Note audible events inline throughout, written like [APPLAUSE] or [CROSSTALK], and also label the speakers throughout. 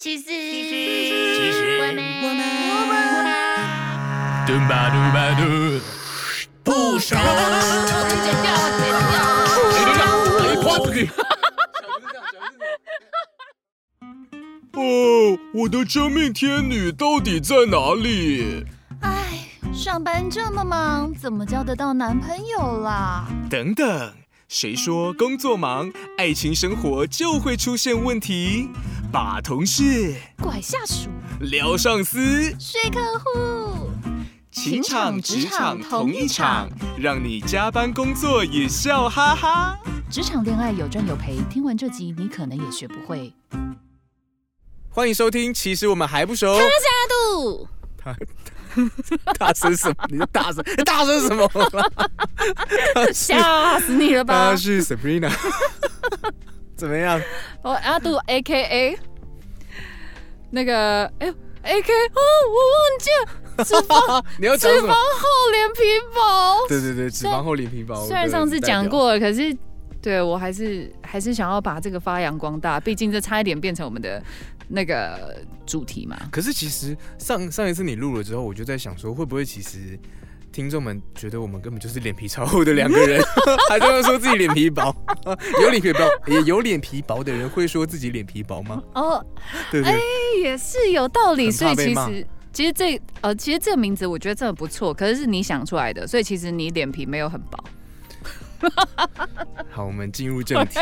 Speaker 1: 其实，
Speaker 2: 其实
Speaker 1: 我们
Speaker 2: 我们
Speaker 3: 嘟吧嘟吧嘟，
Speaker 2: 不熟。
Speaker 1: 剪掉，
Speaker 2: [LAUGHS]
Speaker 1: 剪掉。
Speaker 3: 哦，我的真命天女到底在哪里？
Speaker 4: 唉，上班这么忙，怎么交得到男朋友啦？
Speaker 5: 等等，谁说工作忙，爱情生活就会出现问题？把同事
Speaker 4: 拐下属，
Speaker 5: 聊上司，
Speaker 4: 睡客户。
Speaker 5: 情
Speaker 4: 场
Speaker 5: 场
Speaker 4: 职
Speaker 5: 职
Speaker 4: 场
Speaker 5: 场
Speaker 4: 同
Speaker 5: 同
Speaker 4: 一
Speaker 5: 一
Speaker 4: 场
Speaker 5: 场，让你加班工作也笑哈哈。
Speaker 4: 职场恋爱有赚有赔，听完这集你可能也学不会。
Speaker 5: 欢迎收听，其实我们还不熟。
Speaker 1: 阿杜，
Speaker 5: [LAUGHS] 大声什么？你在大声 [LAUGHS] 大声什么？
Speaker 1: 吓死你了吧 [LAUGHS]
Speaker 5: 他？是 Sabrina，怎么样？ [LAUGHS]
Speaker 1: 我哦阿杜 A K A，那个哎呦 A K 哦，我 [LAUGHS] 忘记了，脂肪
Speaker 5: 你要
Speaker 1: 脂
Speaker 5: 讲什
Speaker 1: 肪
Speaker 5: 么？
Speaker 1: 厚脸皮薄。
Speaker 5: 对对对，脂肪厚脸皮包。
Speaker 1: 虽然上次讲，过了，可是对我还是还是想要把这个发扬光大，毕竟这差一点变成我们的那个主题嘛。
Speaker 5: 可是其实上上一次你录了之后，我就在想说，会不会其实听众们觉得我们根本就是脸皮超厚的两个
Speaker 1: [LAUGHS]
Speaker 5: 人，还在那说自己脸皮薄？有脸皮薄，也有脸皮薄的人会说自己脸皮薄吗？
Speaker 1: 哦，
Speaker 5: 对对，
Speaker 1: 也是有道理，
Speaker 5: 很
Speaker 1: 所
Speaker 5: 怕
Speaker 1: 以
Speaker 5: 被
Speaker 1: 其
Speaker 5: 骂
Speaker 1: 实。其实这呃，其实这个名字我觉得真的不错，可是是你想出来的，所以其实你脸皮没有很薄。
Speaker 5: 好，我们进入正
Speaker 1: [LAUGHS]
Speaker 5: 题。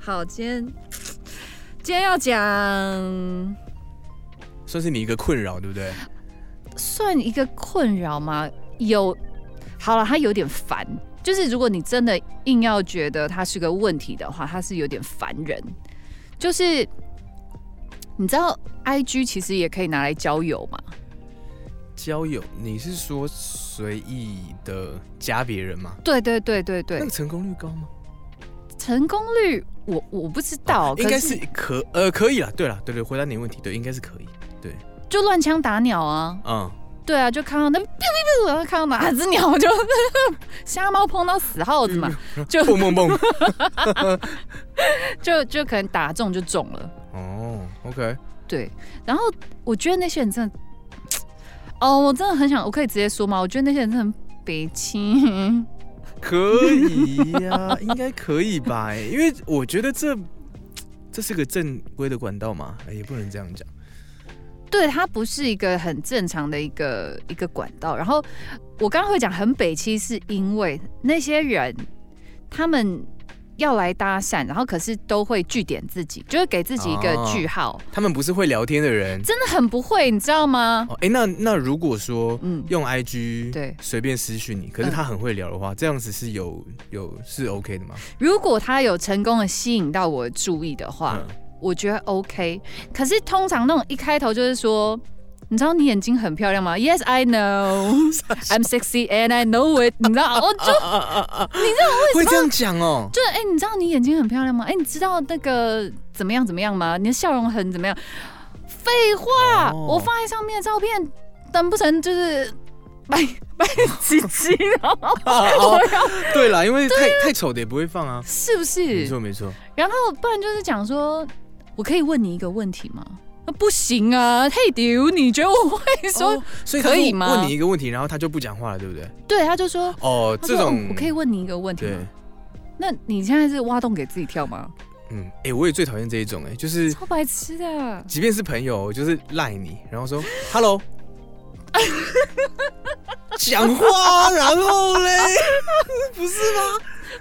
Speaker 1: 好，今天今天要讲
Speaker 5: 算是你一个困扰，对不对？
Speaker 1: 算一个困扰吗？有，好了，它有点烦。就是如果你真的硬要觉得它是个问题的话，它是有点烦人。就是你知道，I G 其实也可以拿来交友嘛？
Speaker 5: 交友，你是说随意的加别人吗？
Speaker 1: 对对对对
Speaker 5: 那
Speaker 1: 对
Speaker 5: 个，成功率高吗？
Speaker 1: 成功率我我不知道，
Speaker 5: 哦应该
Speaker 1: 可
Speaker 5: 是可呃可以啦。对啦，对对，回答你的问题，对，应该是可以。
Speaker 1: 就乱枪打鸟啊。
Speaker 5: 嗯，
Speaker 1: 对啊，就看到那 biu biu biu，然后看到哪只鸟我就瞎猫碰到死耗子嘛，就
Speaker 5: 嗯蹦蹦 [LAUGHS] 蹦。
Speaker 1: 就就可能打中就中了。
Speaker 5: 哦，OK，
Speaker 1: 对，然后我觉得那些人真的，哦，我真的很想，我可以直接说吗？我觉得那些人真的很悲情。
Speaker 5: 可以呀、 [LAUGHS] 应该可以吧？哎因为我觉得这这是个正规的管道嘛，哎也不能这样讲。
Speaker 1: 对，它不是一个很正常的一个一个管道。然后我刚刚会讲很北七，是因为那些人他们要来搭讪，然后可是都会据点自己，就是给自己一个
Speaker 5: 哦
Speaker 1: 句号，
Speaker 5: 他们不是会聊天的人。
Speaker 1: 真的很不会，你知道吗？
Speaker 5: 哦，哎，那那如果说
Speaker 1: 嗯，
Speaker 5: 用 IG
Speaker 1: 对
Speaker 5: 随便私讯你，可是
Speaker 1: 嗯
Speaker 5: 他很会聊的话，这样子是有有是 OK 的吗？
Speaker 1: 如果他有成功的吸引到我的注意的话，
Speaker 5: 嗯
Speaker 1: 我觉得 OK。可是通常那种一开头就是说，你知道你眼睛很漂亮吗？Yes,
Speaker 5: [LAUGHS]
Speaker 1: I know. I'm sexy and I know it. 你知道，我哦就
Speaker 5: 会这样讲
Speaker 1: [LAUGHS]
Speaker 5: 哦。
Speaker 1: 就哎、你知道你眼睛很漂亮吗？哎、你知道那个怎么样怎么样吗？你的笑容很怎么样？废话，
Speaker 5: 哦
Speaker 1: 我放在上面的照片，难不成就是白白唧唧了？
Speaker 5: 哦，对啦，因为太太丑的也不会放啊。
Speaker 1: 是不
Speaker 5: 没
Speaker 1: 是？
Speaker 5: 错没错，
Speaker 1: 然后不然就是讲说，我可以问你一个问题吗？那不行啊，嘿丢，你觉得我会说？
Speaker 5: 哦所以
Speaker 1: 可
Speaker 5: 他
Speaker 1: 以
Speaker 5: 就
Speaker 1: 吗
Speaker 5: 问你一个问题，然后他就不讲话了，对不对？
Speaker 1: 对，他就说，
Speaker 5: 哦，
Speaker 1: 他
Speaker 5: 这
Speaker 1: 说
Speaker 5: 种
Speaker 1: 嗯我可以问你一个问题
Speaker 5: 对
Speaker 1: 吗？，那你现在是挖洞给自己跳吗？
Speaker 5: 嗯，哎，我也最讨厌这一种，哎，就是
Speaker 1: [LAUGHS] 超白痴的，
Speaker 5: 即便是朋友，就是赖你，然后说 “hello”，讲话，然后嘞，不是吗？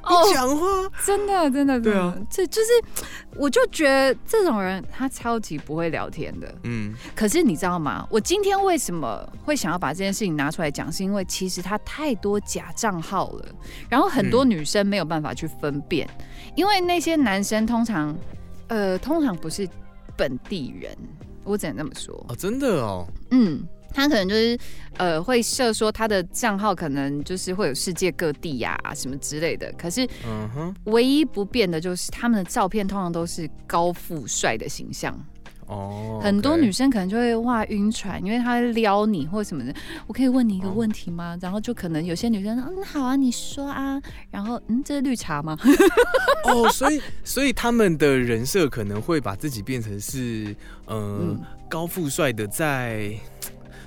Speaker 1: 哦
Speaker 5: 你讲话，
Speaker 1: 真的真的，真的
Speaker 5: 对啊，
Speaker 1: 这就是，我就觉得这种人他超级不会聊天的。
Speaker 5: 嗯，
Speaker 1: 可是你知道吗？我今天为什么会想要把这件事情拿出来讲，是因为其实他太多假账号了，然后很多女生没有办法去分辨，因为那些男生通常，呃，通常不是本地人，我只能这么说。
Speaker 5: 哦，真的哦，
Speaker 1: 嗯，他可能就是呃会设说他的账号可能就是会有世界各地呀、什么之类的，可是
Speaker 5: 嗯哼，
Speaker 1: 唯一不变的就是他们的照片通常都是高富帅的形象。
Speaker 5: 哦，
Speaker 1: 很多
Speaker 5: OK
Speaker 1: 女生可能就会哇晕船，因为她会撩你或什么的。我可以问你一
Speaker 5: 哦
Speaker 1: 个问题吗？然后就可能有些女生嗯好啊，你说啊。然后嗯这是绿茶吗？ [LAUGHS]
Speaker 5: 哦，所以所以他们的人设可能会把自己变成是呃、
Speaker 1: 嗯
Speaker 5: 高富帅的在，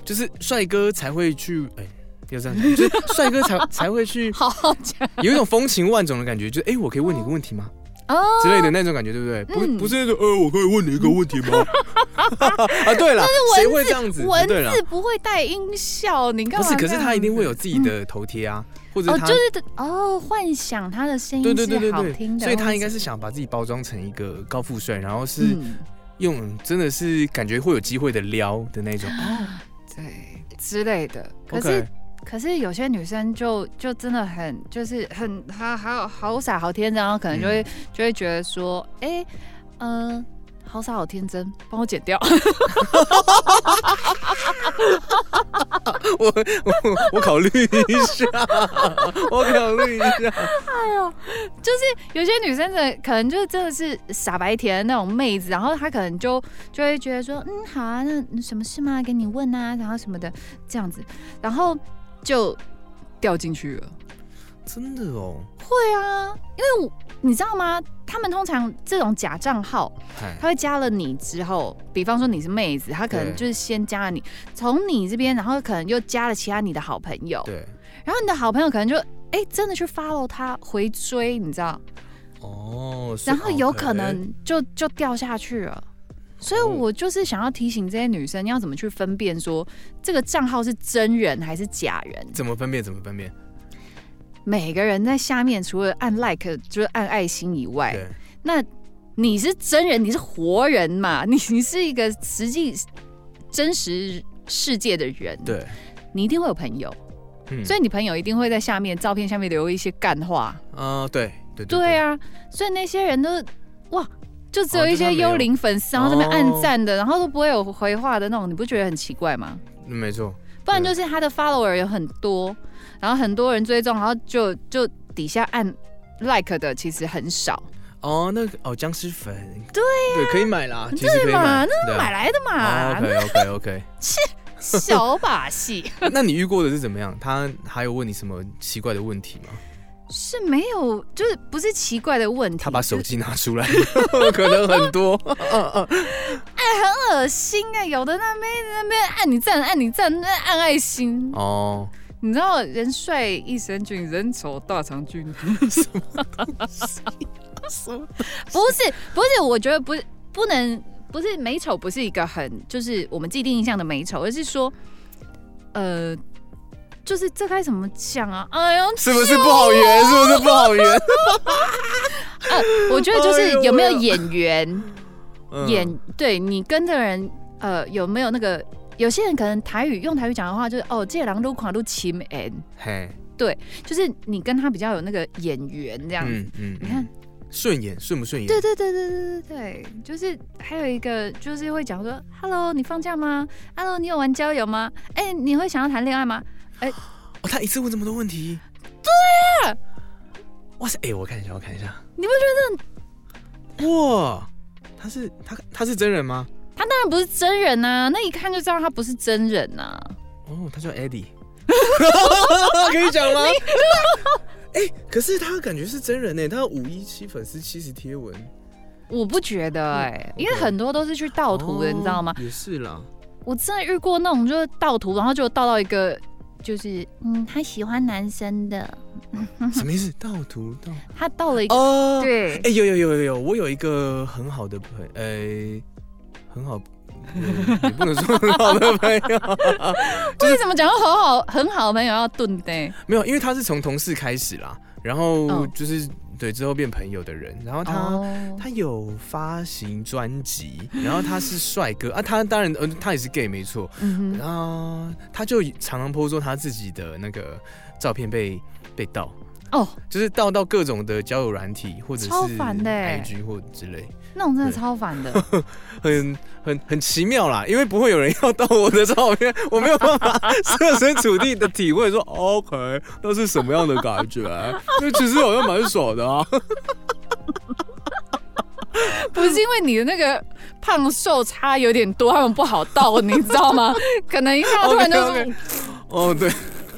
Speaker 5: 就是帅哥才会去哎。要这样讲，
Speaker 1: [LAUGHS]
Speaker 5: 就是帅哥才才会去，
Speaker 1: 好好讲
Speaker 5: 有一种风情万种的感觉，就是哎、我可以问你一个问题吗？
Speaker 1: 哦，
Speaker 5: 之类的那种感觉，对不对？不、
Speaker 1: 嗯
Speaker 5: 不是那种呃，我可以问你一个问题吗？
Speaker 1: [LAUGHS]
Speaker 5: 啊，对了，谁会这样子？啊
Speaker 1: 文
Speaker 5: 对了，
Speaker 1: 字不会带音效，你干
Speaker 5: 不
Speaker 1: 嘛
Speaker 5: 是，
Speaker 1: 这样
Speaker 5: 可
Speaker 1: 子？
Speaker 5: 是他一定会有自己的头贴啊，或者
Speaker 1: 哦，
Speaker 5: 他、
Speaker 1: 就是哦，幻想他的声音
Speaker 5: 对对对对
Speaker 1: 是好听
Speaker 5: 对，
Speaker 1: 的，
Speaker 5: 所以他应该
Speaker 1: 是
Speaker 5: 是想把自己包装成一个高富帅，然后是。
Speaker 1: 嗯，
Speaker 5: 用真的是感觉会有机会的撩的那种。
Speaker 1: 对之类的。啊可是
Speaker 5: OK，
Speaker 1: 可是有些女生就就真的很就是很她好好傻好天真，然后可能就会、就会觉得说，哎、嗯、好傻好天真，帮我剪掉。 [LAUGHS]
Speaker 5: 我我 [LAUGHS] 我考虑一下， [LAUGHS] 我考虑一下。
Speaker 1: 有些女生的可能就真的是傻白甜的那种妹子，然后她可能就就会觉得说，嗯，好啊，那你什么事吗？给你问啊，然后什么的这样子，然后就掉进去了。
Speaker 5: 真的哦，
Speaker 1: 对啊，因为我你知道吗？他们通常这种假账号，
Speaker 5: 嗨
Speaker 1: 他会加了你之后，比方说你是妹子，他可能
Speaker 5: 对
Speaker 1: 就是先加了你，从你这边，然后可能又加了其他你的好朋友，
Speaker 5: 对
Speaker 1: 然后你的好朋友可能就哎、真的去 follow 他回追，你知道，
Speaker 5: 哦，是
Speaker 1: 然后有可
Speaker 5: OK
Speaker 1: 能就就掉下去了。所以我就是想要提醒这些女生，你要怎么去分辨说这个账号是真人还是假人？
Speaker 5: 怎么分辨？怎么分辨？
Speaker 1: 每个人在下面除了按 like 就是按爱心以外，
Speaker 5: 对，
Speaker 1: 那你是真人，你是活人嘛？ [LAUGHS] 你你是一个实际真实世界的人，，
Speaker 5: 对，
Speaker 1: 你一定会有朋友，
Speaker 5: 嗯
Speaker 1: 所
Speaker 5: 以
Speaker 1: 以你朋友一定会在下面照片下面留一些干话。
Speaker 5: 啊，对对
Speaker 1: 对，啊，所以那些人都哇。就只有
Speaker 5: 哦
Speaker 1: 一
Speaker 5: 就他
Speaker 1: 些
Speaker 5: 没有
Speaker 1: 幽灵粉
Speaker 5: 哦
Speaker 1: 丝，然后这边暗赞的，然后都不会有回话的那种，你不觉得很奇怪吗？
Speaker 5: 嗯没错，
Speaker 1: 不然就是他的 follower 有很多，然后很多人追踪，然后就就底下按 like 的其实很少，
Speaker 5: 哦，那个哦，僵尸粉，对
Speaker 1: 啊
Speaker 5: 对，可以买啦，其实可以
Speaker 1: 嘛
Speaker 5: 买，啊
Speaker 1: 那买来的嘛，
Speaker 5: 哦 OK OK OK，
Speaker 1: 小把戏
Speaker 5: [LAUGHS] 那你遇过的是怎么样？他还有问你什么奇怪的问题吗？
Speaker 1: 是没有，就是不是奇怪的问题，
Speaker 5: 他把手
Speaker 1: 就是
Speaker 5: 机拿出来， [LAUGHS] 可能很多。
Speaker 1: 哎很恶心啊！有的那边那边按你赞，按你赞，那按爱心，
Speaker 5: [LAUGHS] 哦，
Speaker 1: 你知道人帅益生菌，人丑大肠菌，
Speaker 5: [LAUGHS]
Speaker 1: 不是不是，我觉得不是不能不是美丑，不是一个很就是我们既定印象的美丑，而是说，呃。就是这该怎么讲啊？哎呦，
Speaker 5: 是不是不好圆？是不是不好
Speaker 1: [LAUGHS]
Speaker 5: 圆？
Speaker 1: 我觉得就
Speaker 5: 哎呦
Speaker 1: 是
Speaker 5: 喂
Speaker 1: 有没有眼缘，
Speaker 5: 嗯
Speaker 1: 演对你跟的人，呃，有没有那个？有些人可能台语用台语讲的话，就是哦，这狼都狂都亲哎，
Speaker 5: 嘿，
Speaker 1: 就是你跟他比较有那个眼缘这样子。
Speaker 5: 嗯嗯，
Speaker 1: 你看
Speaker 5: 嗯，顺眼顺不顺眼？
Speaker 1: 对对对对对对对，就是还有一个就是会讲说，Hello，你放假吗？Hello，你有玩交友吗？哎、你会想要谈恋爱吗？
Speaker 5: 哦，他一次问这么多问题。对啊。哇塞，哎，我看一下，我看一下。
Speaker 1: 你
Speaker 5: 不觉得？哇，他是他他是真人吗？
Speaker 1: 他当然不是真人呐、那一看就知道他不是真人啊呐、
Speaker 5: 哦，他叫 Eddie，可以讲吗？ [LAUGHS] 哎、可是他感觉是真人呢，他有五一七粉丝七十贴文，
Speaker 1: 我不觉得哎、因为
Speaker 5: OK
Speaker 1: 很多都是去盗图的，你知道吗？
Speaker 5: 哦？也是啦，
Speaker 1: 我真的遇过那种就是盗图，然后就盗到一个就是
Speaker 4: 嗯，他喜欢男生的，
Speaker 5: 什么意思？盗图盗
Speaker 1: 他盗了一个、
Speaker 5: 哦，
Speaker 1: 嗯对
Speaker 5: 哎、有有有有有，我有一个很好的朋呃，很好，呃也不能说很好的朋友，
Speaker 1: 为什么讲到很好很好的朋友要盾呢？
Speaker 5: 没有，因为他是从同事开始啦，然后
Speaker 1: 嗯
Speaker 5: 就是、对之后变朋友的人，然后他。
Speaker 1: 哦，
Speaker 5: 他有发行专辑，然后他是帅哥啊，他当然呃他也是 gay 没错，
Speaker 1: 嗯
Speaker 5: 然后他就常常 po 说他自己的那个照片被被盗，
Speaker 1: 哼，哦，
Speaker 5: 就是盗到各种的交友软体或者是
Speaker 1: 超烦的欸
Speaker 5: IG 或之类，
Speaker 1: 那种真的超烦 [LAUGHS] 的，
Speaker 5: 很很很奇妙啦，因为不会有人要盗我的照片， [LAUGHS] 我没有办法设身处地的体会说 OK 那是什么样的感觉，那其实好像蛮爽的啊。
Speaker 1: 不是因为你的那个胖瘦差有点多，他们不好倒，你知道吗？ [LAUGHS] 可能一下突然就
Speaker 5: OK，OK 哦，对，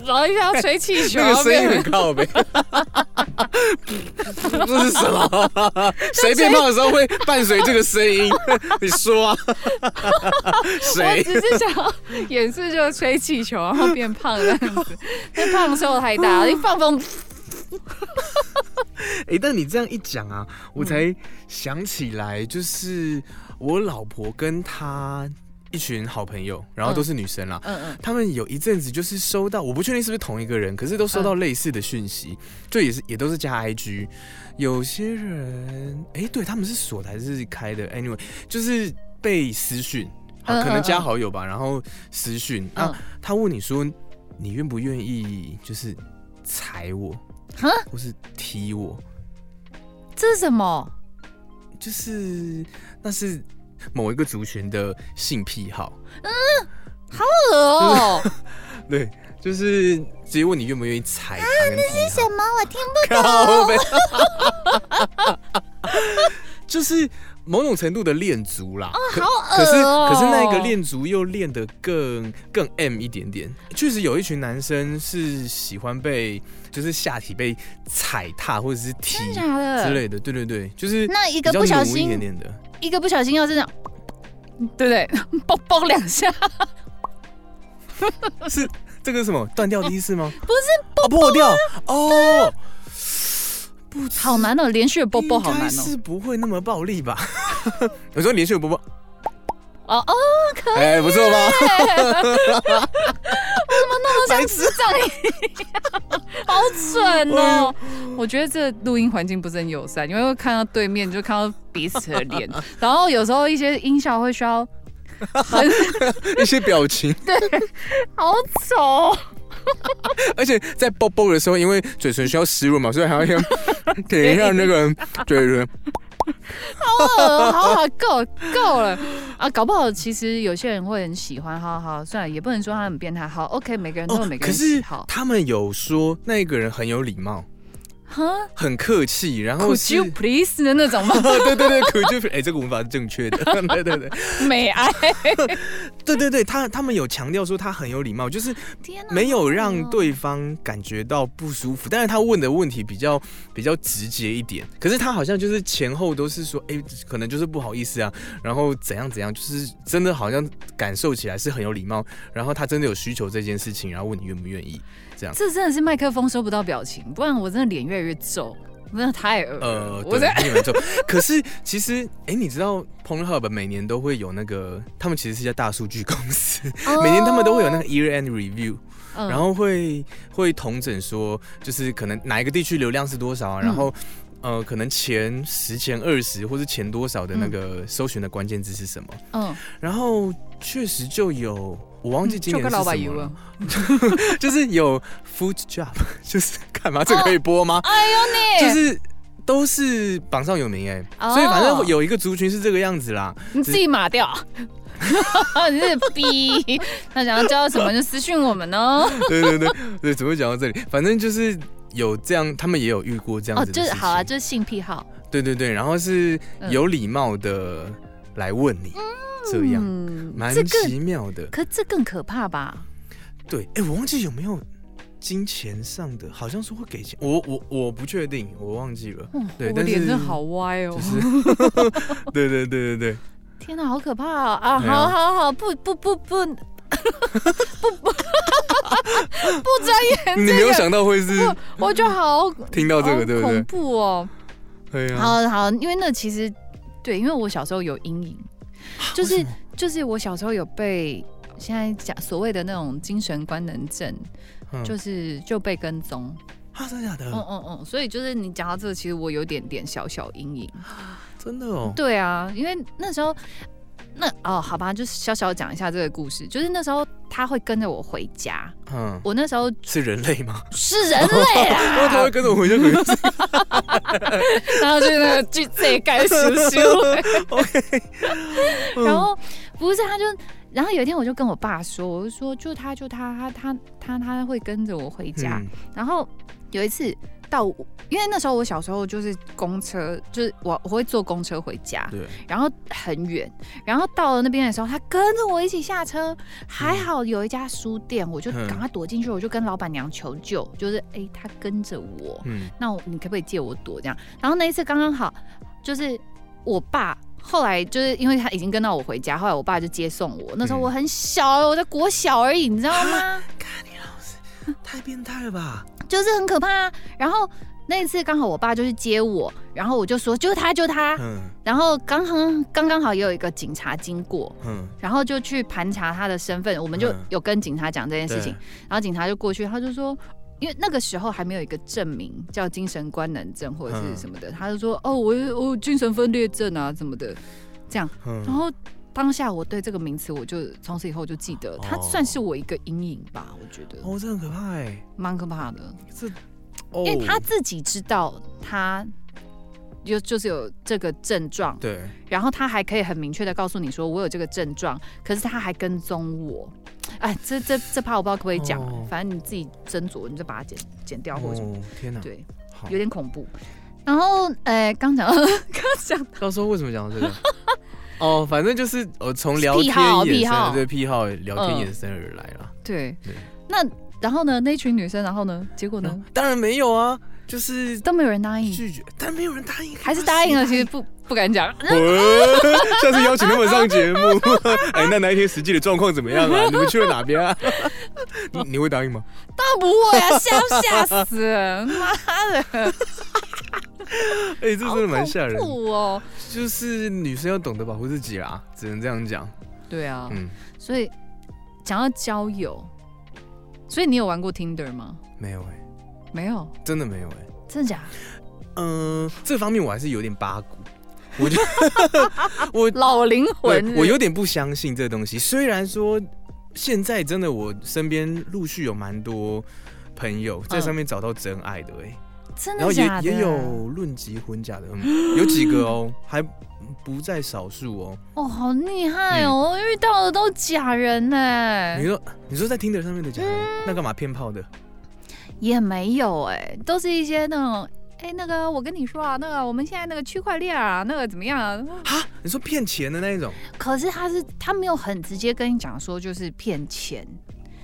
Speaker 1: 然后一下吹气球，
Speaker 5: 那个声音
Speaker 1: 变
Speaker 5: 很靠背，这是什么？谁变胖的时候会伴随这个声音？ [LAUGHS] 你说啊？
Speaker 1: 我
Speaker 5: 谁？
Speaker 1: 只是想要演示，就是吹气球，然后变胖这样 [LAUGHS] 子。那胖瘦太大，一放风，
Speaker 5: [LAUGHS] 哎、但你这样一讲啊，
Speaker 1: 嗯
Speaker 5: 我才想起来，就是我老婆跟她一群好朋友，然后都是女生啦。
Speaker 1: 嗯嗯，
Speaker 5: 她们有一阵子就是收到，我不确定是不是同一个人，可是都收
Speaker 1: 嗯
Speaker 5: 到类似的讯息，就也是也都是加 IG。有些人，哎、对他们是锁的还是开的？Anyway，就是被私讯，好
Speaker 1: 嗯
Speaker 5: 可能
Speaker 1: 嗯
Speaker 5: 加
Speaker 1: 嗯
Speaker 5: 好友吧，然后私讯啊
Speaker 1: 嗯，
Speaker 5: 他问你说你愿不愿意就是踩我
Speaker 1: 哈，
Speaker 5: 或是踢我，
Speaker 1: 这是什么？
Speaker 5: 就是那是某一个族群的性癖好，
Speaker 1: 恶 [LAUGHS] 哦，
Speaker 5: 对，就是直接问你愿不愿意踩他跟踢他。
Speaker 4: 啊什么？我听
Speaker 5: 靠背，就是某种程度的恋足啦。可可是
Speaker 1: 哦
Speaker 5: 可是那个恋足又练得更更 M 一点点。确实有一群男生是喜欢被就是下体被踩踏或者是踢
Speaker 1: 真的假的？
Speaker 5: 之类的，对对对，就是
Speaker 4: 那一个
Speaker 5: 比较
Speaker 4: 不小
Speaker 5: 奴一点
Speaker 4: 心，
Speaker 5: 点的。
Speaker 1: 一个不小心要是这样，对 [LAUGHS] 不对？嘣嘣两下，
Speaker 5: [LAUGHS] 是这个是什么断掉的意思吗？不是，哦破掉哦，不知
Speaker 1: 好难哦，连续的啵啵好
Speaker 5: 应
Speaker 1: 难
Speaker 5: 该
Speaker 1: 哦。
Speaker 5: 是不会那么暴力吧？ [LAUGHS] 有时候连续有啵啵，
Speaker 1: 哦哦，
Speaker 5: 哎、不错吧？ [LAUGHS] 白
Speaker 1: 像
Speaker 5: 痴
Speaker 1: 智障一样， [LAUGHS] 好蠢
Speaker 5: 哎
Speaker 1: 哦！我觉得这录音环境不是很友善，因为会看到对面就看到彼此的
Speaker 5: [LAUGHS]
Speaker 1: 脸，然后有时候一些音效会需要很
Speaker 5: 一些表情，
Speaker 1: 好丑哦、
Speaker 5: 而且在啵啵的时候，因为嘴唇需要湿润嘛，所以还要 [LAUGHS] 让给让那个嘴唇
Speaker 1: 呃，好好够够了啊！搞不好其实有些人会很喜欢，好好算了，也不能说他很变态。好，OK，每个人都有每
Speaker 5: 哦
Speaker 1: 个
Speaker 5: 可
Speaker 1: 人
Speaker 5: 是
Speaker 1: 喜好。
Speaker 5: 他们有说那个人很有礼貌，
Speaker 1: 哈
Speaker 5: 很客气，然后
Speaker 1: ，Could
Speaker 5: 是 [LAUGHS] 哦
Speaker 1: you。please 的那种 [LAUGHS] 吗？
Speaker 5: 对对对，可就是哎，这个文法是正确的。 [LAUGHS] 对对对，
Speaker 1: 美哀，
Speaker 5: 对对对，他他们有强调说他很有礼貌，就是
Speaker 4: 天哪，
Speaker 5: 没有让对方感觉到不舒服。但是他问的问题比较比较直接一点，可是他好像就是前后都是说，哎、可能就是不好意思啊，然后怎样怎样，就是真的好像感受起来是很有礼貌，然后他真的有需求这件事情，然后问你愿不愿意。
Speaker 1: 这真的是麦克风收不到表情，不然我真的脸越来越皱，真的太恶了。
Speaker 5: 呃，
Speaker 1: 我
Speaker 5: 对
Speaker 1: 在，
Speaker 5: 你们就。可是其实，哎、你知道 Pornhub 每年都会有那个，他们其实是一家大数据公司， [LAUGHS] 呃每年他们都会有那个 year end review。
Speaker 1: 嗯
Speaker 5: 然后会会统整说，就是可能哪一个地区流量是多少啊，然
Speaker 1: 嗯
Speaker 5: 后。呃，可能前十、前二十，或是前多少的那个搜寻的关键字是什么？
Speaker 1: 嗯，
Speaker 5: 然后确实就有，我忘记今
Speaker 1: 嗯就
Speaker 5: 年是
Speaker 1: 跟
Speaker 5: 什
Speaker 1: 老板啊
Speaker 5: 么
Speaker 1: 一
Speaker 5: 了
Speaker 1: 问，，
Speaker 5: [LAUGHS] 就是有 food job，就是 [LAUGHS] 干嘛？这个可以播吗？
Speaker 1: 哎
Speaker 5: 就
Speaker 1: 呦你，
Speaker 5: 是都是榜上有名哎、
Speaker 1: 哦
Speaker 5: 所以反正有一个族群是这个样子啦。
Speaker 1: 你自己码掉。 [LAUGHS] 你是逼，那想要知道什么就私讯我们哦。
Speaker 5: 对对对对，怎么会讲到这里？反正就是有这样，他们也有遇过这样
Speaker 1: 哦，
Speaker 5: 子的
Speaker 1: 就
Speaker 5: 事
Speaker 1: 是
Speaker 5: 情。
Speaker 1: 好啊，就是性癖好。
Speaker 5: 对对对，然后是
Speaker 1: 嗯
Speaker 5: 有礼貌的来问你，这样
Speaker 1: 嗯
Speaker 5: 蛮
Speaker 1: 这更，
Speaker 5: 奇妙的。
Speaker 1: 可这更可怕吧？
Speaker 5: 对，哎，我忘记有没有金钱上的，好像说会给钱，我我我不确定，我忘记了。
Speaker 1: 哦
Speaker 5: 对
Speaker 1: 我
Speaker 5: 但是
Speaker 1: 脸真的好歪哦
Speaker 5: 就！
Speaker 1: [LAUGHS]
Speaker 5: 是，对对对对对，
Speaker 1: 天哪，好可怕啊！啊，
Speaker 5: 对啊
Speaker 1: 好好好，不不不 [LAUGHS] 不不不 [LAUGHS] 不睁眼，
Speaker 5: 你没有想到会是
Speaker 1: 嗯不，我就好
Speaker 5: 听到这
Speaker 1: 好
Speaker 5: 个，对不
Speaker 1: 恐
Speaker 5: 对？
Speaker 1: 怖哦！
Speaker 5: 对啊，
Speaker 1: 好好，因为那其实对，因为我小时候有
Speaker 5: [GASPS]
Speaker 1: 阴影，就是就是我小时候有被现在讲所谓的那种精神官能症，
Speaker 5: 嗯
Speaker 1: 就是就被跟踪。
Speaker 5: 啊，真的假的？
Speaker 1: 嗯嗯嗯，所以就是你讲到这个，其实我有点点小小阴影。
Speaker 5: 真的哦，
Speaker 1: 对啊，因为那时候。那哦，好吧，就是小小讲一下这个故事。就是那时候他会跟着我回家，
Speaker 5: 嗯，
Speaker 1: 我那时候
Speaker 5: 是人类
Speaker 1: [LAUGHS]
Speaker 5: 吗？
Speaker 1: 是人类
Speaker 5: [LAUGHS]
Speaker 1: 啊啦，
Speaker 5: 因为他会跟着我回家，可能是
Speaker 1: 然后就那个就这也
Speaker 5: [LAUGHS]
Speaker 1: 该羞羞。
Speaker 5: 嗯
Speaker 1: 然后不是，他就，然后有一天我就跟我爸说，我就说就他就他他他他他会跟着我回家。
Speaker 5: 嗯
Speaker 1: 然后有一次到，因为那时候我小时候就是公车，就是我我会坐公车回家，
Speaker 5: 对，
Speaker 1: 然后很远，然后到了那边的时候，他跟着我一起下车，还好有一家书店，我就
Speaker 5: 嗯
Speaker 1: 赶快躲进去，我就跟老板娘求救，就是哎、他跟着我，
Speaker 5: 嗯，
Speaker 1: 那我你可不可以借我躲这样？然后那一次刚刚好，就是我爸后来就是因为他已经跟到我回家，后来我爸就接送我。那时候
Speaker 5: 嗯
Speaker 1: 我很小，我在国小而已，你知道
Speaker 5: [LAUGHS]
Speaker 1: 吗？嗯
Speaker 5: 太变态了吧？
Speaker 1: 就是很可怕啊、然后那一次刚好我爸就去接我，然后我就说就是他，就是他。
Speaker 5: 嗯
Speaker 1: 然后刚刚刚刚好也有一个警察经过。
Speaker 5: 嗯，
Speaker 1: 然后就去盘查他的身份，我们就
Speaker 5: 嗯
Speaker 1: 有跟警察讲这件事情
Speaker 5: 对，
Speaker 1: 然后警察就过去，他就说，因为那个时候还没有一个证明叫精神官能症或者是什么的，他就说，哦，我有我有精神分裂症啊，什么的，这样，
Speaker 5: 嗯嗯
Speaker 1: 然后。当下我对这个名词，我就从此以后就记得，它
Speaker 5: 哦
Speaker 1: 算是我一个阴影吧，我觉得
Speaker 5: 哦，这很可怕哎、
Speaker 1: 蛮可怕的，
Speaker 5: 这哦，
Speaker 1: 因为他自己知道他有就是有这个症状，
Speaker 5: 对
Speaker 1: 然后他还可以很明确的告诉你说我有这个症状，可是他还跟踪我。哎，这这这怕我不知道可不可以讲，啊
Speaker 5: 哦
Speaker 1: 反正你自己斟酌，你就把它剪剪掉或者什么。
Speaker 5: 哦，天哪，
Speaker 1: 对，
Speaker 5: 好
Speaker 1: 有，点恐怖。然后，呃，刚讲 [LAUGHS] 到刚讲到
Speaker 5: 到时候为什么讲到这个？ [LAUGHS] 哦，反正就是呃，从聊
Speaker 1: 癖
Speaker 5: 天
Speaker 1: 好
Speaker 5: 衍
Speaker 1: 癖
Speaker 5: 生
Speaker 1: 好
Speaker 5: 的对癖好聊天
Speaker 1: 嗯
Speaker 5: 衍生而来啦。
Speaker 1: 对
Speaker 5: 对，
Speaker 1: 那然后呢？那群女生，然后呢？结果呢？
Speaker 5: 当然没有啊，就是
Speaker 1: 都没有人答应，
Speaker 5: 拒绝，但没有人答应，
Speaker 1: 嗯还是答应了，其实不不敢讲。
Speaker 5: 喂 [LAUGHS] 下次邀请他们上节目。 [LAUGHS] 哎，那那一天实际的状况怎么
Speaker 1: [LAUGHS]
Speaker 5: 样啊？你们去了哪边啊？你你会答应吗？
Speaker 1: 那不会啊，吓吓
Speaker 5: [LAUGHS]
Speaker 1: 死人，妈的，
Speaker 5: 哎，这真的蛮吓人的，
Speaker 1: 好恐怖哦。
Speaker 5: 就是女生要懂得保护自己啦，只能这样讲。
Speaker 1: 对啊，
Speaker 5: 嗯，
Speaker 1: 所以讲到交友，所以你有玩过 Tinder 吗？
Speaker 5: 没有哎，
Speaker 1: 没有，
Speaker 5: 真的没有哎。
Speaker 1: 真的假
Speaker 5: 嗯，这方面我还是有点八股，我就我
Speaker 1: 老灵
Speaker 5: 对
Speaker 1: 魂，
Speaker 5: 我有点不相信这东西。虽然说现在真的我身边陆续有蛮多朋友在上面找到真爱的哎、
Speaker 1: 嗯真
Speaker 5: 然
Speaker 1: 的
Speaker 5: 后
Speaker 1: 假的？
Speaker 5: 也也有论及婚嫁的，嗯，有几个
Speaker 1: [LAUGHS]
Speaker 5: 哦，还不在少数哦。
Speaker 1: 哦，好厉害哦！我遇到的都假人呢
Speaker 5: 你，说你说在听的上面的假的，
Speaker 1: 嗯
Speaker 5: 那干嘛骗炮的？
Speaker 1: 也没有哎，都是一些那种。哎，那个，我跟你说啊，那个我们现在那个区块链啊，那个怎么样啊？
Speaker 5: 你说骗钱的那一种，
Speaker 1: 可是他是他没有很直接跟你讲说就是骗钱，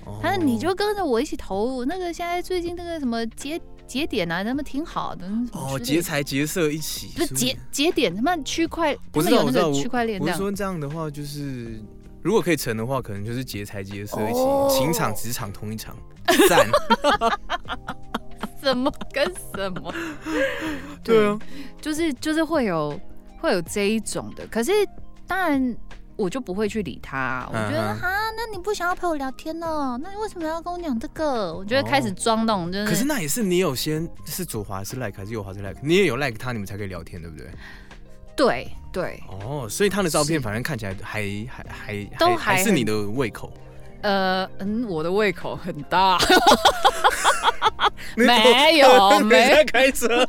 Speaker 5: 哦
Speaker 1: 但是你就跟着我一起投入那个现在最近那个什么节节点啊，他们挺好的。什么
Speaker 5: 哦
Speaker 1: 之类的
Speaker 5: 劫财劫色一起，
Speaker 1: 不是
Speaker 5: 所以
Speaker 1: 节节点，他们区块，他
Speaker 5: 我
Speaker 1: 们
Speaker 5: 知道
Speaker 1: 有那
Speaker 5: 啊我
Speaker 1: 个
Speaker 5: 知道
Speaker 1: 区块链
Speaker 5: 我
Speaker 1: 这
Speaker 5: 是
Speaker 1: 样。
Speaker 5: 说这样的话就是。如果可以成的话，可能就是劫财劫色一起，
Speaker 1: 哦
Speaker 5: 情场职场同一场，
Speaker 1: [LAUGHS]
Speaker 5: 赞。
Speaker 1: 什么跟什
Speaker 5: [LAUGHS]
Speaker 1: 么？
Speaker 5: 对啊，
Speaker 1: 就是就是会有会有这一种的，可是当然我就不会去理他、我觉得
Speaker 5: 嗯嗯
Speaker 4: 啊，那你不想要陪我聊天哦？那你为什么要跟我讲这个？
Speaker 1: 我就会开始装那种，就
Speaker 5: 可是
Speaker 1: 是
Speaker 5: 那也是你有先是左滑是 like 还是右滑是 like，你也有 like 他，你们才可以聊天，对不对？
Speaker 1: 对对，
Speaker 5: 哦，所以他的照片
Speaker 1: 是
Speaker 5: 反正看起来还还还
Speaker 1: 都还
Speaker 5: 还是
Speaker 1: 很
Speaker 5: 你的胃口，
Speaker 1: 呃嗯，我的胃口很大，
Speaker 5: 你
Speaker 1: [LAUGHS] 没 [LAUGHS] 有
Speaker 5: 你
Speaker 1: 没有
Speaker 5: 在开车，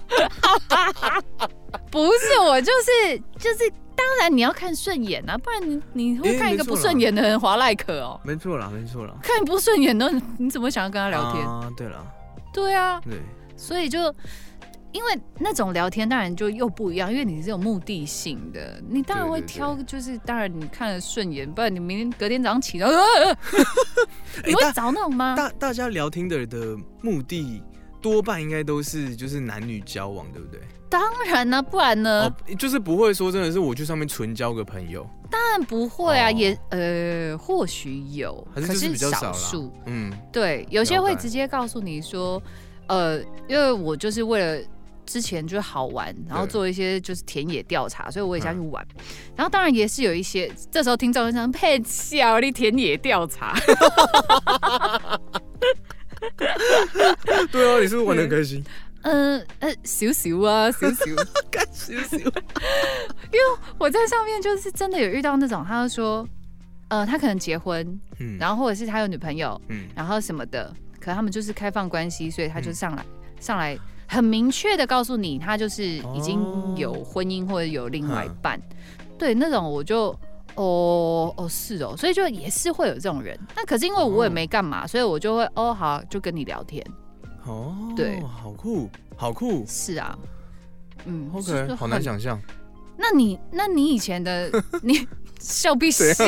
Speaker 1: 不是我就是就是，当然你要看顺眼啊，不然你你会
Speaker 5: 诶
Speaker 1: 看一
Speaker 5: 没
Speaker 1: 个
Speaker 5: 错
Speaker 1: 不
Speaker 5: 啦
Speaker 1: 顺眼的人划赖可哦，
Speaker 5: 没错啦，没错啦。
Speaker 1: 看不顺眼的你怎么想要跟他聊天？
Speaker 5: 啊，对啦，
Speaker 1: 对啊，
Speaker 5: 对，
Speaker 1: 所以就因为那种聊天当然就又不一样，因为你是有目的性的，你当然
Speaker 5: 对
Speaker 1: 会
Speaker 5: 对对
Speaker 1: 挑，就是当然你看了顺眼，不然你明天隔天早上起来，
Speaker 5: 哦
Speaker 1: 呃 [LAUGHS] 你会
Speaker 5: 大
Speaker 1: 找那种吗？
Speaker 5: 大大家聊听的的目的多半应该都是就是男女交往，对不对？
Speaker 1: 当然呢、不然呢？
Speaker 5: 哦，就是不会说真的是我去上面纯交个朋友，
Speaker 1: 当然不会啊，
Speaker 5: 哦
Speaker 1: 也呃，或许有，
Speaker 5: 还是
Speaker 1: 可
Speaker 5: 就是
Speaker 1: 是
Speaker 5: 比较少
Speaker 1: 少
Speaker 5: 啦
Speaker 1: 数。。
Speaker 5: 嗯， [LAUGHS]
Speaker 1: 对，有些
Speaker 5: 了解
Speaker 1: 会直接告诉你说，呃，因为我就是为了之前就是好玩，然后
Speaker 5: 对
Speaker 1: 做一些就是田野调查，所以我也下去玩。然后当然也是有一些，这时候听众就想配笑你田野调查，
Speaker 5: 对啊，你是不是玩的开心？
Speaker 1: 嗯呃，小小啊，小小。
Speaker 5: 开心死我！
Speaker 1: [LAUGHS] 我在上面就是真的有遇到那种，他就说，呃，他可能结婚，
Speaker 5: 嗯
Speaker 1: 然后或者是他有女朋友，
Speaker 5: 嗯，
Speaker 1: 然后什么的，可他们就是开放关系，所以他就上来、上来很明确的告诉你，他就是已
Speaker 5: 哦
Speaker 1: 经有婚姻或者有另外一半，
Speaker 5: 嗯
Speaker 1: 对那种我就。哦哦是哦，所以就也是会有这种人，那可是因为哦我也没干嘛，所以我就会哦好就跟你聊天，
Speaker 5: 哦，
Speaker 1: 对
Speaker 5: 好酷，好酷
Speaker 1: 是啊，嗯
Speaker 5: ，OK，好难。想象。
Speaker 1: 就是很那你那你以
Speaker 5: [LAUGHS]
Speaker 1: 前的你笑啊必笑，
Speaker 5: 怎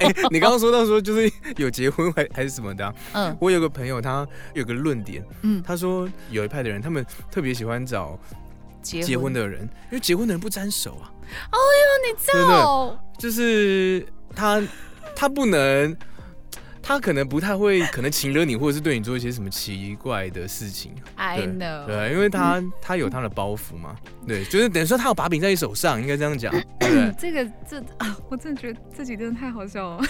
Speaker 5: 哎、 [LAUGHS] 你刚刚说到说就是有结婚还 [LAUGHS] 还是什么的啊、
Speaker 1: 嗯
Speaker 5: 我有个朋友他有个论点，
Speaker 1: 嗯，
Speaker 5: 他说有一派的人他们特别喜欢找
Speaker 1: 结
Speaker 5: 结婚的人，因为结婚的人不沾手啊，
Speaker 1: 你知
Speaker 5: 对不对
Speaker 1: 道
Speaker 5: 就是他他不能。他可能不太会，可能情惹你，或者是对你做一些什么奇怪的事情，
Speaker 1: ，I
Speaker 5: 对
Speaker 1: know，
Speaker 5: 对，啊因为他他有他的包袱嘛，对，就是等于说他有把柄在你手上，应该这
Speaker 1: [LAUGHS]？
Speaker 5: 样讲，对不对
Speaker 1: 这个这啊，我真的觉得自己真的太好笑了。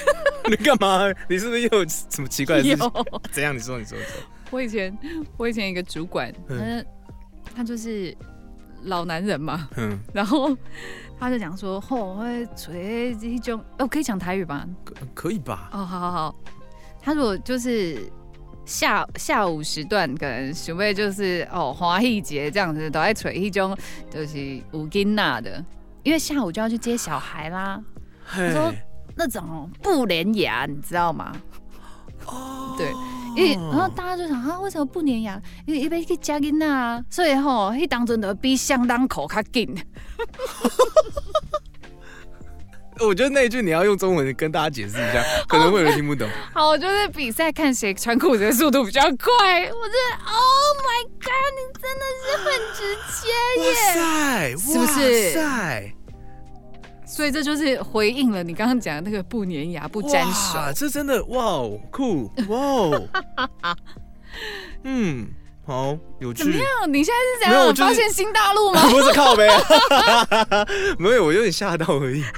Speaker 5: 你干嘛？你是不是又有什么
Speaker 1: [LAUGHS]
Speaker 5: 奇怪的事情？
Speaker 1: 有，
Speaker 5: 怎样？你说，你说，你说。
Speaker 1: 我以前我以前一个主管，他
Speaker 5: 嗯
Speaker 1: 他就是老男人嘛， [LAUGHS]
Speaker 5: 嗯，
Speaker 1: 然后他就讲说，吼、我会锤一种，哦，可以讲台语吧？
Speaker 5: 可可以吧？
Speaker 1: 哦，好好好，他如果就是下下午时段，可能准备就是哦华裔节这样子，都在吹一种就是五金呐的，因为下午就要去接小孩啦，
Speaker 5: 嘿
Speaker 1: 说那种不粘牙，你知道吗？
Speaker 5: 哦
Speaker 1: 对因为然后大家就想啊，为什么不粘牙？因为因为去加囡仔啊，所以吼、迄当阵就比相当口较紧。
Speaker 5: 哦我觉得那一句你要用中文跟大家解释一下，可能会有人听不懂。
Speaker 1: 好，哦就是比赛看谁穿裤子的速度比较快。我真的，Oh my God，你真的是很直接。
Speaker 5: 哇塞，
Speaker 1: 哎是不是
Speaker 5: 哇塞，
Speaker 1: 所以这就是回应了你刚刚讲的那个不粘牙、不沾手。
Speaker 5: 哇，这真的哇哦，酷哇
Speaker 1: [LAUGHS]
Speaker 5: 哦，嗯，好有
Speaker 1: 怎么
Speaker 5: 趣。
Speaker 1: 样？你现在是怎
Speaker 5: 没
Speaker 1: 样、
Speaker 5: 有就是
Speaker 1: 发现新大陆吗？
Speaker 5: [LAUGHS] 不是靠背， [LAUGHS] 没有，我有点吓到而已。 [LAUGHS]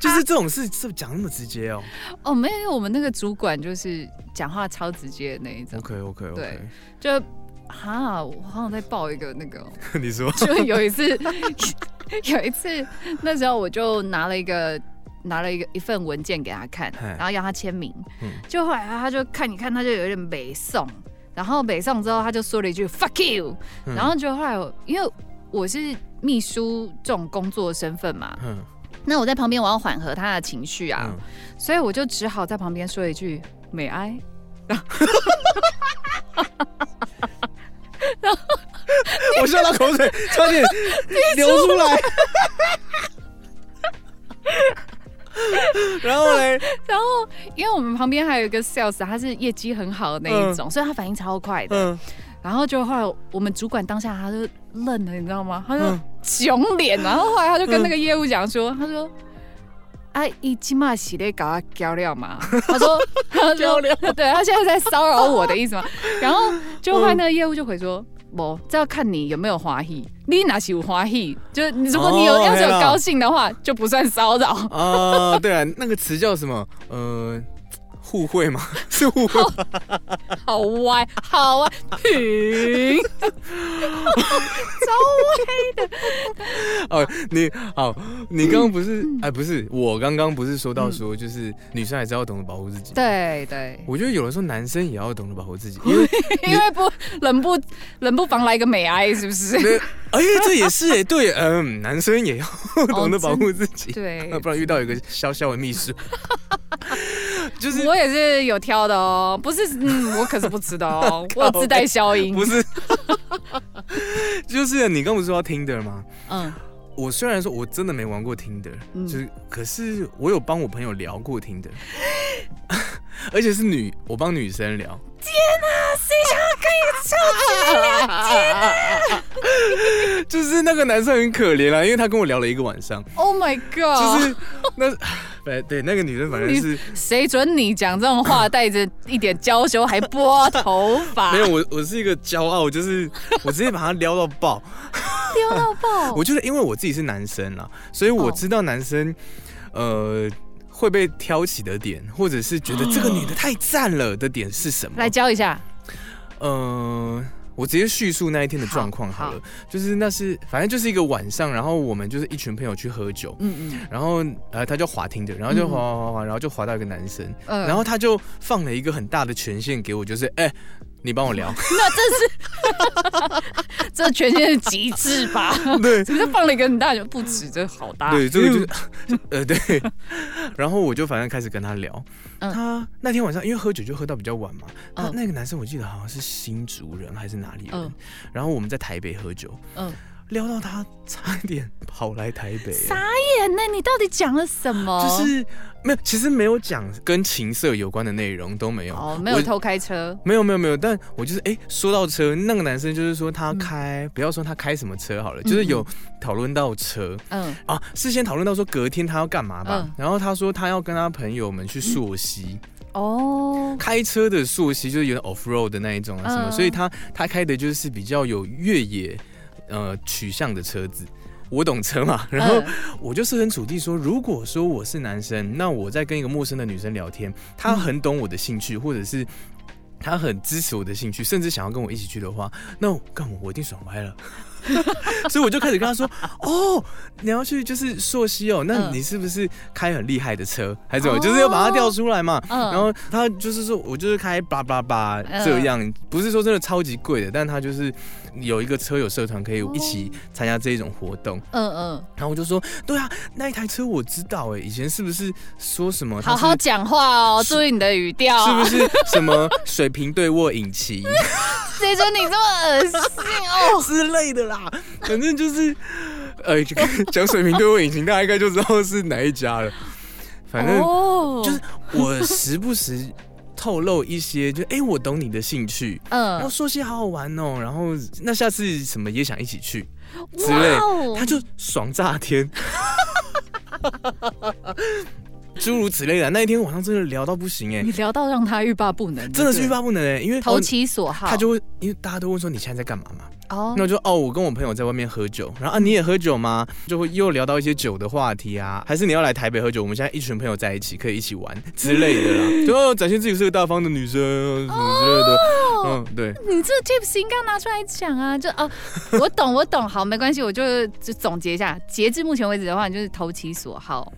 Speaker 5: 就是这种事，是讲那么直接哦。
Speaker 1: [LAUGHS] 哦，没有，因为我们那个主管就是讲话超直接的那一种，
Speaker 5: OK OK
Speaker 1: 对
Speaker 5: OK，
Speaker 1: 就哈，我好像在报一个那个哦，
Speaker 5: [LAUGHS] 你说
Speaker 1: [LAUGHS] 就有一次，有一次那时候我就拿了一个。拿了一个一份文件给他看，
Speaker 5: 嘿
Speaker 1: 然后要他签名
Speaker 5: 嗯。
Speaker 1: 就后来他就看一看，他就有点北宋，然后北宋之后他就说了一句 “fuck you”，
Speaker 5: 嗯
Speaker 1: 然后就后来我因为我是秘书这种工作身份嘛，
Speaker 5: 嗯
Speaker 1: 那我在旁边我要缓和他的情绪啊，
Speaker 5: 嗯
Speaker 1: 所以我就只好在旁边说一句“美哀”，
Speaker 5: 我笑到口水差点流出
Speaker 1: [LAUGHS]
Speaker 5: 来。然后嘞，
Speaker 1: 然后因为我们旁边还有一个 sales，他是业绩很好的那一种，所以他反应超快的。
Speaker 5: 嗯，
Speaker 1: 然后就后来我们主管当下他就愣了，你知道吗？他就
Speaker 5: 嗯
Speaker 1: 囧脸，然后后来他就跟那个业务讲说，他说。啊，伊起码是咧搞他交料 [LAUGHS] 嘛？他说，他说，对他现在在骚扰我的意 [LAUGHS] 思嘛？然后就换那个业务就回说，不，这要看你有没有花喜，你哪是有花喜？就是你如果你有、
Speaker 5: 哦
Speaker 1: 要是有
Speaker 5: 嘿啦
Speaker 1: 高兴的话，就不算骚扰。
Speaker 5: 啊，对啊，那个词叫什么？呃，互惠吗？ [LAUGHS] 是互惠吗，
Speaker 1: [LAUGHS] 好歪，好 [LAUGHS] 歪，停，
Speaker 5: [LAUGHS] 哦，你好，你刚刚不是
Speaker 1: 嗯
Speaker 5: 哎，不是，我刚刚不是说到说，就是女生还是要懂得保护自己。
Speaker 1: 对对，
Speaker 5: 我觉得有的时候男生也要懂得保护自己，因为
Speaker 1: 因为不冷不冷不防来个美哀，是不是？
Speaker 5: 哎，这也是哎，对，嗯，男生也要懂得保护自己，
Speaker 1: 哦
Speaker 5: [LAUGHS]
Speaker 1: 对，
Speaker 5: 不然遇到有个小小的秘书，
Speaker 1: [LAUGHS]
Speaker 5: 就是
Speaker 1: 我也是有挑的哦，不是，嗯，我可是不吃
Speaker 5: [LAUGHS]
Speaker 1: 的哦，我有自带消音
Speaker 5: 哎不，是， [LAUGHS] 就是你刚不是说要 Tinder 吗？
Speaker 1: 嗯，
Speaker 5: 我虽然说我真的没玩过 Tinder，、
Speaker 1: 嗯
Speaker 5: 就是可是我有帮我朋友聊过 Tinder，而且是女，我帮女生聊。啊天哪、谁想要跟你臭直聊？天哪、就是那个男生很可怜啊，因为他跟我聊了一个晚上，
Speaker 1: Oh my
Speaker 5: 就
Speaker 1: god！
Speaker 5: 是、那。 [LAUGHS] 对对，那个哦女生反正是
Speaker 1: 谁准你讲这种话，带着一点娇羞还拨头发
Speaker 5: [LAUGHS] 没，有我，我是一个骄傲，就是我直接把她撩到爆，
Speaker 1: 丢到爆！
Speaker 5: 我觉得因为我自己是男生啦，所以我知道男生，呃，会被挑起的点，或者是觉得这个女的太赞了的点是什么？
Speaker 1: 来教一下，
Speaker 5: 呃，我直接叙述那一天的状况好了，就是那是反正就是一个晚上，然后我们就是一群朋友去喝酒，
Speaker 1: 嗯
Speaker 5: [LAUGHS]
Speaker 1: 嗯
Speaker 5: 然后呃他就滑听的，然后就滑
Speaker 1: 嗯
Speaker 5: 滑滑滑，然后就滑到一个男生，
Speaker 1: 嗯
Speaker 5: 然后他就放了一个很大的权限给我，就是哎、你帮我聊。
Speaker 1: [LAUGHS] 那这是这全线是极致吧？
Speaker 5: [LAUGHS] 对，
Speaker 1: 怎么就放了一个很大就不止，这好大。
Speaker 5: 对，这个就是， [LAUGHS] 呃，对。然后我就反正开始跟他聊，
Speaker 1: 嗯
Speaker 5: 他那天晚上因为喝酒就喝到比较晚嘛，他
Speaker 1: 嗯
Speaker 5: 那个男生我记得好像是新竹人还是哪里人，
Speaker 1: 嗯
Speaker 5: 然后我们在台北喝酒，
Speaker 1: 嗯
Speaker 5: 聊到他差一点跑来台北，
Speaker 1: 傻眼呢、你到底讲了什么？
Speaker 5: 就是没有，其实没有讲跟情色有关的内容都没有，
Speaker 1: 哦，没有
Speaker 5: 我
Speaker 1: 偷开车，
Speaker 5: 没有没有没有，但我就是哎、诶说到车，那个男生就是说他
Speaker 1: 嗯
Speaker 5: 开，不要说他开什么车好了，就是有讨论到车
Speaker 1: 嗯
Speaker 5: 啊，事先讨论到说隔天他要干嘛吧，
Speaker 1: 嗯
Speaker 5: 然后他说他要跟他朋友们去溯溪，
Speaker 1: 哦，
Speaker 5: 开车的溯溪就是有点 off road 的那一种啊什么，
Speaker 1: 嗯
Speaker 5: 所以他他开的就是比较有越野呃取向的车子。我懂车嘛， [LAUGHS] 然后
Speaker 1: 嗯
Speaker 5: 我就设身处地说，如果说我是男生，那我在跟一个陌生的女生聊天，她很懂我的兴趣，或者是她很支持我的兴趣，甚至想要跟我一起去的话，那我干我我一定爽歪了。 [LAUGHS] 所以我就开始跟她说，哦，你要去就是朔溪哦，那
Speaker 1: 嗯
Speaker 5: 你是不是开很厉害的车，还是怎么？就是要把它调出来嘛。
Speaker 1: 嗯
Speaker 5: 然后他就是说，我就是开叭叭叭这样，不是说真的超级贵的，但他就是有一个车友社团可以一起参加这一种活动。
Speaker 1: 嗯嗯，
Speaker 5: 然后我就说，对啊，那一台车我知道哎，以前是不是说什么？
Speaker 1: 好好讲话哦，
Speaker 5: 是
Speaker 1: 注意你的语调
Speaker 5: 是
Speaker 1: 啊，哦
Speaker 5: 不是什么水平对卧引擎
Speaker 1: [LAUGHS] 谁准你这么恶心哦？
Speaker 5: 之类的啦？反正就是，呃，讲水平对卧引擎，大家应该就知道是哪一家了。反正
Speaker 1: 哦
Speaker 5: 就是我时不时透露一些，就哎、我懂你的兴趣，然后
Speaker 1: 嗯，
Speaker 5: 说些好好玩哦，然后那下次什么也想一起去，之
Speaker 1: 哇
Speaker 5: 类
Speaker 1: 哦
Speaker 5: 他就爽炸天，诸如此类的。那一天晚上真的聊到不行哎、
Speaker 1: 你聊到让他欲罢不能，
Speaker 5: 真的是
Speaker 1: 对
Speaker 5: 欲
Speaker 1: 不对
Speaker 5: 罢不能哎、因为
Speaker 1: 投其所好，
Speaker 5: 他就会因为大家都问说你现在在干嘛嘛，
Speaker 1: 哦
Speaker 5: 那我就哦，我跟我朋友在外面喝酒，然后啊你也喝酒吗？就会又聊到一些酒的话题啊，还是你要来台北喝酒？我们现在一群朋友在一起，可以一起玩之类的啦，就哦展现自己是个大方的女生什么之类的。嗯，对，
Speaker 1: 你这个 tips 应该拿出来讲啊，就哦， [LAUGHS] 我懂，我懂，好，没关系，我就就总结一下，截至目前为止的话，你就是投其所好，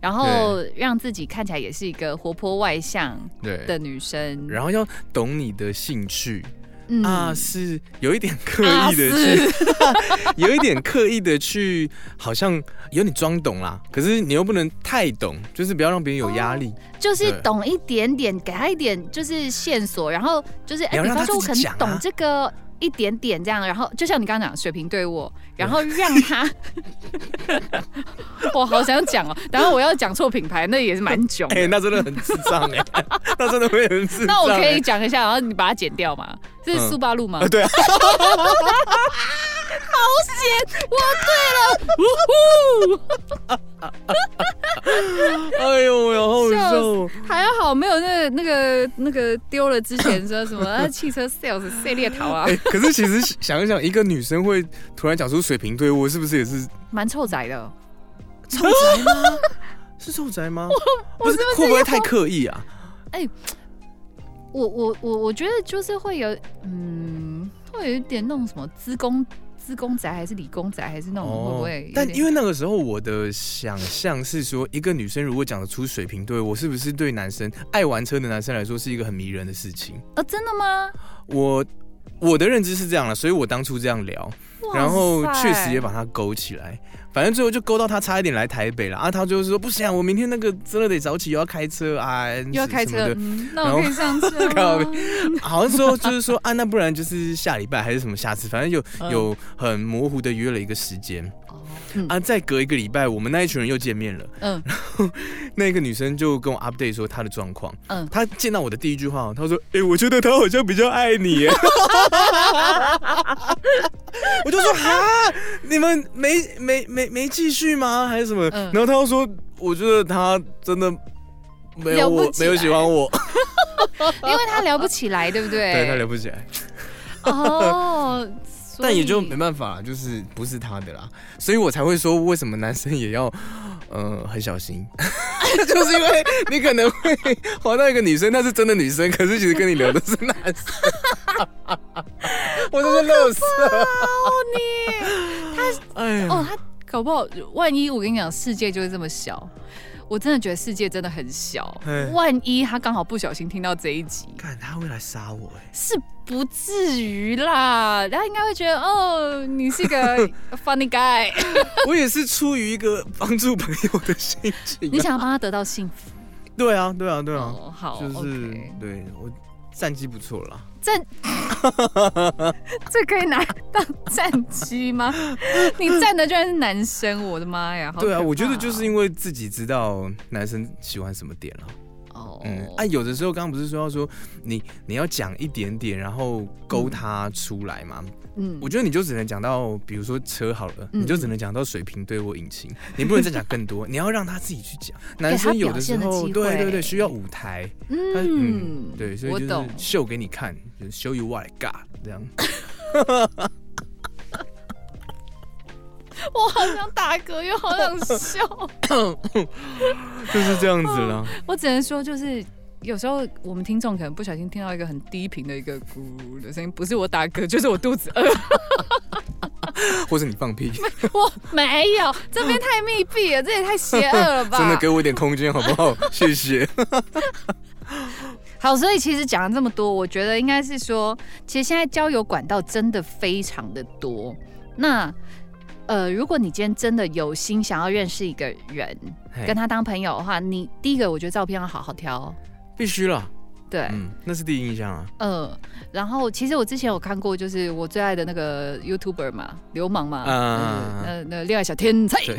Speaker 1: 然后让自己看起来也是一个活泼外向
Speaker 5: 对
Speaker 1: 的女生，
Speaker 5: 然后要懂你的兴趣、
Speaker 1: 嗯啊
Speaker 5: 啊，是有一点刻意的去， [LAUGHS] 有一点刻意的去，好像有点装懂啦。可是你又不能太懂，就是不要让别人有压力，
Speaker 1: 就是
Speaker 5: 对
Speaker 1: 懂一点点，给他一点就是线索，然后就是哎，
Speaker 5: 你要
Speaker 1: 比
Speaker 5: 让
Speaker 1: 方
Speaker 5: 他
Speaker 1: 说我
Speaker 5: 自
Speaker 1: 可
Speaker 5: 己
Speaker 1: 能
Speaker 5: 讲啊
Speaker 1: 懂这个一点点这样，然后就像你刚刚讲水平对我，然后让他， [LAUGHS] 我好想讲哦，然后我要讲错品牌，那也是蛮囧
Speaker 5: [LAUGHS]
Speaker 1: 的
Speaker 5: 哎、。那真的很智障
Speaker 1: [LAUGHS]
Speaker 5: 哎、那真的会很智障、
Speaker 1: 那我可以
Speaker 5: 哎
Speaker 1: 讲一下，然后你把它剪掉吗？这是
Speaker 5: 嗯
Speaker 1: 苏巴路吗？
Speaker 5: 啊，对啊，
Speaker 1: 我对了，呜
Speaker 5: 哎呦，然后就
Speaker 1: 呼，还好没有那个那个那个丢了之前说什么啊汽车 sales 碎裂桃啊
Speaker 5: 哎、，可是其实想一想，一个女生会突然讲出水平对我，是不是也是
Speaker 1: 蛮臭仔的。哦
Speaker 5: 臭宅
Speaker 1: [LAUGHS]
Speaker 5: 吗？是臭宅吗？不是，会不会太刻意啊？
Speaker 1: 我我我我觉得就是会有嗯，会有一点那种什么资工资工宅还是理工宅还是那种、哦会不会有点？
Speaker 5: 哦但因为那个时候我的想象是说，一个女生如果讲得出水平对我，是不是对男生爱玩车的男生来说是一个很迷人的事情？
Speaker 1: 呃真的吗？
Speaker 5: 我我的认知是这样了，所以我当初这样聊，
Speaker 1: 哇
Speaker 5: 然后
Speaker 1: 塞
Speaker 5: 确实也把他勾起来。反正最后就勾到他差一点来台北了啊！他就是说不行、啊，我明天那个真的得早起，又要开车啊，
Speaker 1: 又要开
Speaker 5: 什么
Speaker 1: 车
Speaker 5: 的，
Speaker 1: 嗯那
Speaker 5: 然
Speaker 1: 我
Speaker 5: 后
Speaker 1: 可以上车
Speaker 5: [LAUGHS] 靠
Speaker 1: 吗？
Speaker 5: 好像说就是说啊，那不然就是下礼拜还是什么下次，反正有、
Speaker 1: 嗯
Speaker 5: 有很模糊的约了一个时间
Speaker 1: 哦嗯
Speaker 5: 啊。再隔一个礼拜，我们那一群人又见面了。
Speaker 1: 嗯
Speaker 5: 那个女生就跟我 update 说她的状况，
Speaker 1: 嗯
Speaker 5: 她见到我的第一句话哦，她说：“哎、我觉得她好像比较爱你耶。” [LAUGHS] 我就说：“哈，你们没没没没继续吗？还是什么？”
Speaker 1: 嗯
Speaker 5: 然后她又说：“我觉得她真的没有
Speaker 1: 聊不
Speaker 5: 我
Speaker 1: 起
Speaker 5: 没有喜欢我，
Speaker 1: 因为他聊不起来，对不
Speaker 5: [LAUGHS]
Speaker 1: 对？
Speaker 5: 对她聊不起来。”
Speaker 1: 哦，所
Speaker 5: [LAUGHS] 但也就
Speaker 1: 以
Speaker 5: 没办法啦，就是不是她的啦，所以我才会说为什么男生也要。呃，很小心， [LAUGHS] 就是因为你可能会滑到一个女生，那是真的女生，可是其实跟你聊的是男生， [LAUGHS] 我真是乐哎死了。
Speaker 1: 你
Speaker 5: 哎呀，
Speaker 1: 哦哦，他搞不好，万一我跟你讲，世界就是这么小。我真的觉得世界真的很小
Speaker 5: 嘿，
Speaker 1: 万一他刚好不小心听到这一集，
Speaker 5: 看他会来杀我哎、
Speaker 1: 是不至于啦，他应该会觉得哦，你是 [LAUGHS] 个 funny guy，
Speaker 5: 我也是出于一个帮助朋友的心情、
Speaker 1: [LAUGHS]
Speaker 5: 啊
Speaker 1: 你想要帮他得到幸福
Speaker 5: 对啊，对啊，对啊，
Speaker 1: 哦，好，
Speaker 5: 就是
Speaker 1: OK
Speaker 5: 对我战绩不错啦。
Speaker 1: 这 [LAUGHS] 这可以拿当战机 [LAUGHS] 吗？你站的居然是男生，我的妈呀！好
Speaker 5: 对啊，
Speaker 1: 可怕
Speaker 5: 我觉得就是因为自己知道男生喜欢什么点了。
Speaker 1: 哦，
Speaker 5: 嗯，啊，有的时候刚刚不是说要说你你要讲一点点，然后勾他出来嘛？
Speaker 1: 嗯
Speaker 5: 我觉得你就只能讲到，比如说车好了，
Speaker 1: 嗯
Speaker 5: 你就只能讲到水平对或引擎，你不能再讲更多，你要让他自己去讲。男
Speaker 1: 他
Speaker 5: 生有
Speaker 1: 表
Speaker 5: 的时
Speaker 1: 现的
Speaker 5: 候，
Speaker 1: 机
Speaker 5: 对对
Speaker 1: 会
Speaker 5: 对，需要舞台，他
Speaker 1: 嗯
Speaker 5: 嗯，对，所
Speaker 1: 我
Speaker 5: 以就是
Speaker 1: 懂。
Speaker 5: 秀给你看，就是 show you what I got 这样。 [LAUGHS]
Speaker 1: 我好想打嗝，又好想笑。
Speaker 5: 就是这样子啦。
Speaker 1: [LAUGHS] 我只能说，就是有时候我们听众可能不小心听到一个很低频的一个咕噜的声音，不是我打嗝，就是我肚子饿。哦
Speaker 5: 或者你放屁，
Speaker 1: 我没有，这边太密闭了，这也太邪恶了
Speaker 5: [LAUGHS]
Speaker 1: 吧？
Speaker 5: 真的给我一点空间好不好？谢谢。
Speaker 1: 好，所以其实讲了这么多，我觉得应该是说，其实现在交友管道真的非常的多。那呃，如果你今天真的有心想要认识一个人，
Speaker 5: 嘿
Speaker 1: 跟他当朋友的话，你第一个我觉得照片要好好挑哦，
Speaker 5: 必须啦，
Speaker 1: 对，
Speaker 5: 嗯，那是第一印象啊。
Speaker 1: 嗯、然后其实我之前有看过，就是我最爱的那个 YouTuber 嘛，流氓嘛，
Speaker 5: 啊
Speaker 1: 呃，那恋爱小天才
Speaker 5: 对，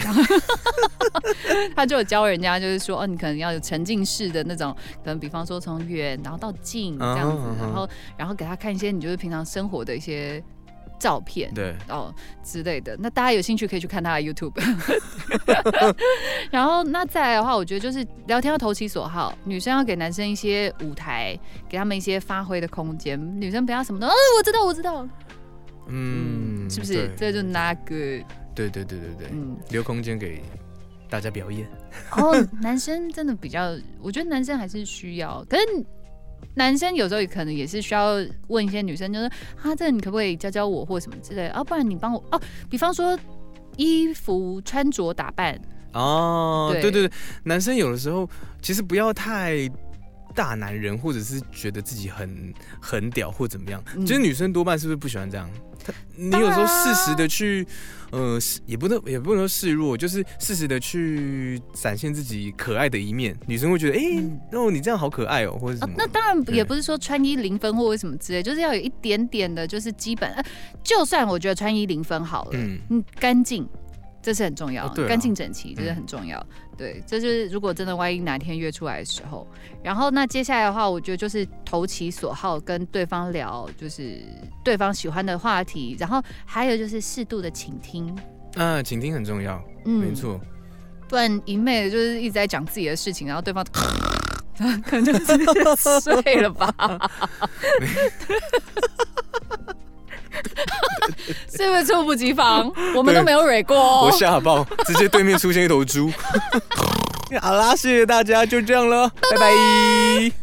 Speaker 1: [LAUGHS] 他就有教人家，就是说，哦，你可能要有沉浸式的那种，可能比方说从远然后到近这样子
Speaker 5: 嗯，哼
Speaker 1: 然后然后给他看一些你就是平常生活的一些照片。
Speaker 5: 对，
Speaker 1: 哦之类的，那大家有兴趣可以去看他
Speaker 5: [LAUGHS]
Speaker 1: 的 YouTube。然后那再来的话，我觉得就是聊天要投其所好，女生要给男生一些舞台，给他们一些发挥的空间，女生不要什么的，哦，我知道，我知道，嗯，
Speaker 5: 嗯，
Speaker 1: 是不是？这
Speaker 5: 对
Speaker 1: 就是 not good，
Speaker 5: 对对对对对，
Speaker 1: 嗯，
Speaker 5: 留空间给大家表演。
Speaker 1: 哦，男生真的比较，我觉得男生还是需要，可是男生有时候也可能也是需要问一些女生，就是啊，这个你可不可以教教我或什么之类的，啊，不然你帮我哦，比方说衣服穿着打扮，
Speaker 5: 哦，
Speaker 1: 对
Speaker 5: 对对对，男生有的时候其实不要太。大男人，或者是觉得自己很很屌，或怎么样，
Speaker 1: 嗯
Speaker 5: 就是女生多半是不是不喜欢这样？她你有时候适时的去，
Speaker 1: 啊
Speaker 5: 呃，示也不能也不能说示弱，就是适时的去展现自己可爱的一面，女生会觉得，哎、
Speaker 1: 嗯
Speaker 5: 哦，你这样好可爱哦，或者什
Speaker 1: 啊
Speaker 5: 么。，
Speaker 1: 那当然
Speaker 5: 对
Speaker 1: 也不是说穿衣零分或什么之类，就是要有一点点的，就是基本，呃，就算我觉得穿衣零分好了，
Speaker 5: 嗯，
Speaker 1: 嗯，干净，这是很重要
Speaker 5: 哦对啊嗯
Speaker 1: 的，干净、整齐这是很重要。对，这就是如果真的万一哪天约出来的时候，然后那接下来的话，我觉得就是投其所好，跟对方聊就是对方喜欢的话题，然后还有就是适度的倾听。
Speaker 5: 啊，倾听很重要，
Speaker 1: 嗯
Speaker 5: 没错。
Speaker 1: 不然一昧的就是一直在讲自己的事情，然后对方 [LAUGHS] 可能就直接睡了吧， [LAUGHS] 是不是猝不及防？我们都没有蕊过
Speaker 5: 我
Speaker 1: 哦。
Speaker 5: 吓爆，直接 [LAUGHS] 对面出现一头猪。好啦，谢谢大家，就这样了，拜拜